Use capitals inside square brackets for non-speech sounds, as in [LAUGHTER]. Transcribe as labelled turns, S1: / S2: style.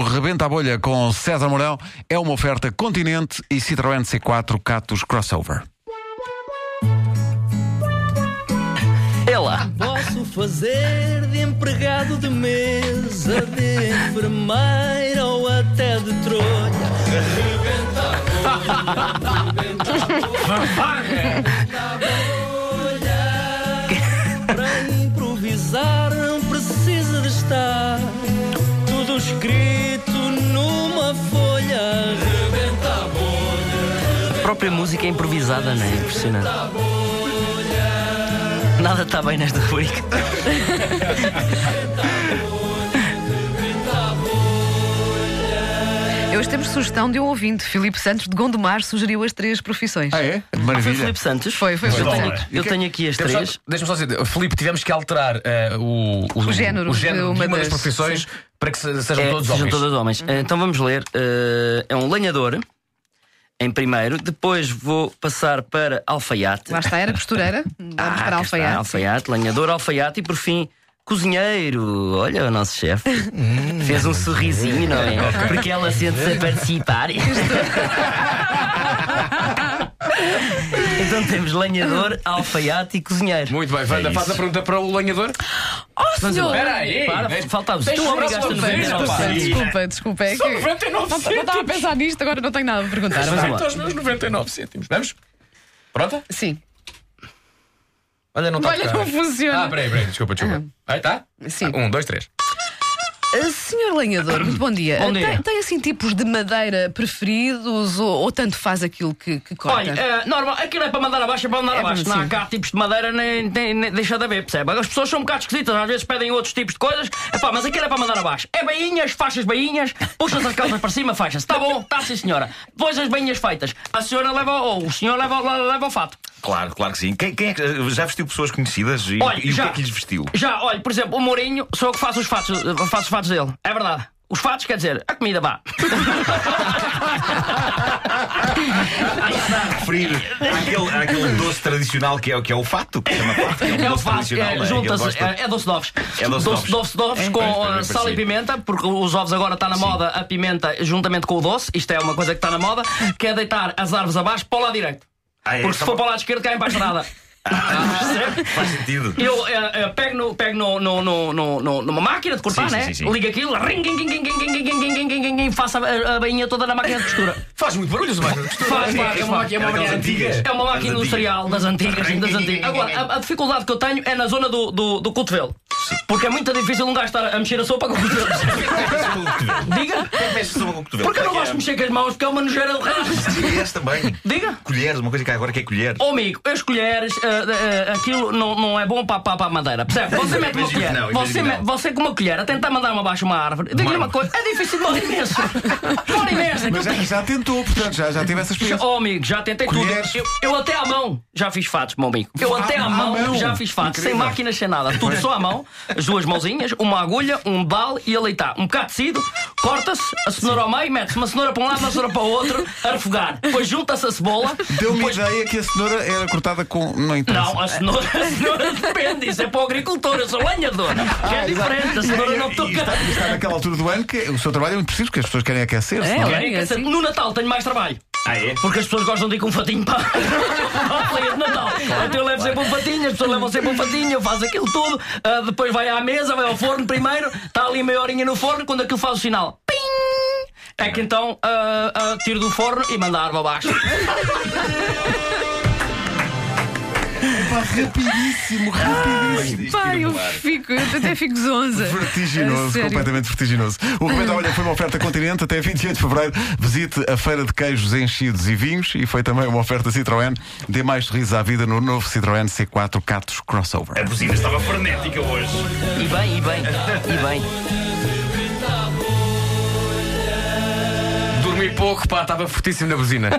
S1: Rebenta a Bolha com César Mourão é uma oferta Continente e Citroën C4 Catos Crossover.
S2: Ela.
S3: Posso fazer de empregado de mesa, de enfermeira ou até de trolha. Para improvisar não precisa de estar tudo escrito numa folha.
S2: A própria música é improvisada, não é? Impressionante. Nada está bem nesta rubrica.
S4: Hoje temos sugestão de um ouvinte. Filipe Santos de Gondomar sugeriu as três profissões.
S1: é?
S2: Foi
S1: Maravilha.
S2: Filipe Santos?
S4: Foi, foi
S2: Eu
S4: Filipe
S2: tenho,
S4: Santos.
S2: aqui- eu tenho aqui as
S5: Temos só-
S2: três.
S5: Deixa-me só dizer, Filipe, tivemos que alterar eh, o,
S4: O género de uma
S5: das
S4: das-
S5: profissões para que se- sejam
S2: É,
S5: todos
S2: sejam
S5: homens.
S2: todos homens.
S4: Uhum.
S2: Eh, Então vamos ler. Eh, é um lenhador, em primeiro. Depois vou passar para alfaiate.
S4: Lá está, era costureira.
S2: [LAUGHS]
S4: Vamos
S2: Ah,
S4: para
S2: cá
S4: alfaiate.
S2: está, alfaiate, lenhador, alfaiate e por fim. Cozinheiro, olha o nosso chefe.
S5: Hum.
S2: Fez um sorrisinho, não é? Porque ela sente-se a
S4: [LAUGHS]
S2: participar. então temos lenhador, alfaiate e cozinheiro.
S5: Muito bem, Wanda, faz a pergunta para o lenhador.
S2: Mas
S4: senhor!
S2: eu-
S5: Espera aí,
S2: Para,
S5: deixa-
S2: faltava-se.
S5: deixa
S2: Tu
S5: o
S2: obrigaste a é?
S5: próximo vez,
S2: 99
S5: pá.
S2: cêntimos.
S4: Desculpa, desculpa. É
S2: um
S4: que... Eu estava a pensar nisto, agora não tenho nada a perguntar.
S2: Mas vamos lá.
S5: Então, os meus 99 cêntimos. Vamos? Pronta?
S4: Sim.
S5: Olha, não está
S4: Olha, não tá
S5: Ah,
S4: funciona.
S5: peraí, peraí, desculpa, desculpa. Aí está?
S4: Sim.
S5: Ah, um, dois, três.
S4: Ah, Senhor lenhador, muito bom dia.
S2: Bom dia.
S4: Tem, tem, assim tipos de madeira preferidos ou, ou tanto faz aquilo que, que corta?
S2: Olha, eh, normal, aquilo é para mandar abaixo, é para mandar
S4: É
S2: abaixo.
S4: para-
S2: Não há
S4: sim.
S2: cá tipos de madeira, nem, nem, nem deixa de haver, percebe? As pessoas são um bocado esquisitas, às vezes pedem outros tipos de coisas. Epá, mas aquilo é para mandar abaixo. É bainhas, faixas bainhas, puxas as calças para cima, faixas. Está bom, está sim, senhora. Depois as bainhas feitas. A senhora leva, ou o senhor leva, leva o fato.
S6: Claro, claro que sim. Quem, quem é que já vestiu pessoas conhecidas e,
S2: Olha,
S6: e
S2: já,
S6: o que é que lhes vestiu?
S2: Já, olha, por exemplo, o Mourinho, sou eu que faço os fatos, eh, faço os fatos dele. É verdade. Os fatos, quer dizer, a comida, vá.
S6: Referir àquele, àquele
S2: [LAUGHS]
S6: doce tradicional que é, o- que é o fato, que se chama fato, que é um
S2: É o
S6: doce tradicional.
S2: fácil, é,
S6: não é? Aquele
S2: junta-se,
S6: doce
S2: é, é doce de ovos.
S6: É doce de ovos.
S2: doce de ovos com
S6: Pois,
S2: uh,
S6: também
S2: sal e
S6: parecia.
S2: pimenta, porque os ovos agora está na moda, a pimenta juntamente com o doce, isto é uma coisa que está na moda, que é deitar as árvores abaixo para o lado direito.
S6: Ah, é,
S2: Porque se
S6: só
S2: for
S6: para-
S2: para o lado esquerdo, cai para a estrada.
S6: Faz sentido.
S2: [LAUGHS] Eu eh, eh, pego, no, pego no, no, no, no- no- numa máquina de
S6: Sim,
S2: cortar,
S6: sim,
S2: né?
S6: sim, sim.
S2: Ligo aquilo, ring, ging, ging, ging, ging, ging, ging, ging, ging, ging, ging, faço a, a bainha toda na máquina de costura.
S5: Faz muito barulho, Zumar.
S2: Faz, faz,
S5: É uma máquina, é
S6: É
S5: uma máquina
S6: daquelas
S5: antiga.
S6: antigas.
S2: É uma máquina
S6: Das
S2: industrial das antigas, sim, das antigas. Agora, a, a dificuldade que eu tenho é na zona do, do, do cotovelo. Porque é muito difícil um gajo estar a mexer a sopa com o cotovelo.
S6: [LAUGHS]
S2: Diga?
S6: Mexes uma com o cotovelo.
S2: Porque eu não
S6: Como é
S2: gosto de mexer com as mãos, porque é uma nojeira de rasgo.
S6: que é? Colheres também.
S2: Diga?
S6: Colheres, uma coisa que há agora que é colher.
S2: Ó amigo, as colheres, ah, ah, ah, aquilo não, não é bom para, para, para a madeira. Percebe? Você mete uma
S6: Imagino que
S2: colher.
S6: não, imagino
S2: você,
S6: que
S2: mete-
S6: não.
S2: você com uma colher a tentar mandar-me abaixo uma árvore. Diga-lhe uma coisa, é difícil, morre
S6: [LAUGHS]
S2: imenso. Morre imenso.
S1: Mas já, já tentou, portanto, já, já tive essa
S2: Já-
S1: experiência.
S2: Oh, amigo, já tentei
S1: Colheres.
S2: tudo. Eu, eu até à mão já fiz fatos, meu amigo. Eu
S1: Ah,
S2: até à
S1: à
S2: mão,
S1: mão.
S2: já fiz fatos, sem máquinas, sem nada. Tudo só à mão, as duas mãozinhas, uma agulha, um bal e a leitar. Um bocado de tecido, corta-se, a cenoura ao meio, mete-se uma cenoura para um lado, uma cenoura para o outro, a refogar. Depois junta-se a cebola.
S1: Deu-me a ideia que a cenoura era cortada com. Não interessa.
S2: oh, Não, a cenoura, a cenoura depende, isso é para o agricultor, eu sou lenhador. Que é diferente, a cenoura não
S1: Ah, E é
S2: toca.
S1: está, e está
S2: [LAUGHS]
S1: naquela altura do ano que o seu trabalho é muito preciso, porque as pessoas querem aquecer-se.
S4: É,
S1: não
S4: olha,
S2: Querem que-
S4: assim.
S2: No Natal tenho mais trabalho.
S6: Ah, é?
S2: Porque as pessoas gostam de ir com um fatinho [LAUGHS] para para a ceia de Natal. Então eu levo sempre um fatinho, as pessoas levam sempre um fatinho, eu faço aquilo tudo, ah, depois vai à mesa, vai ao forno primeiro, está ali meia horinha no forno, quando aquilo faz o sinal. Pim! É que então ah, ah, tiro do forno e mando a árvore abaixo.
S1: Pá, rapidíssimo, rapidíssimo.
S4: Pai, eu fico, eu até fico zonza.
S2: É
S4: A
S1: Vertiginoso,
S4: sério.
S1: completamente vertiginoso. O Rebenta Olha foi uma oferta continente até 28 de fevereiro. Visite a feira de queijos enchidos e vinhos e foi também uma oferta Citroën. Dê mais sorriso à vida no novo Citroën C4 Catos Crossover.
S6: A buzina estava frenética hoje.
S2: E bem, e bem, e bem.
S5: Dormi pouco, pá, estava fortíssimo na buzina.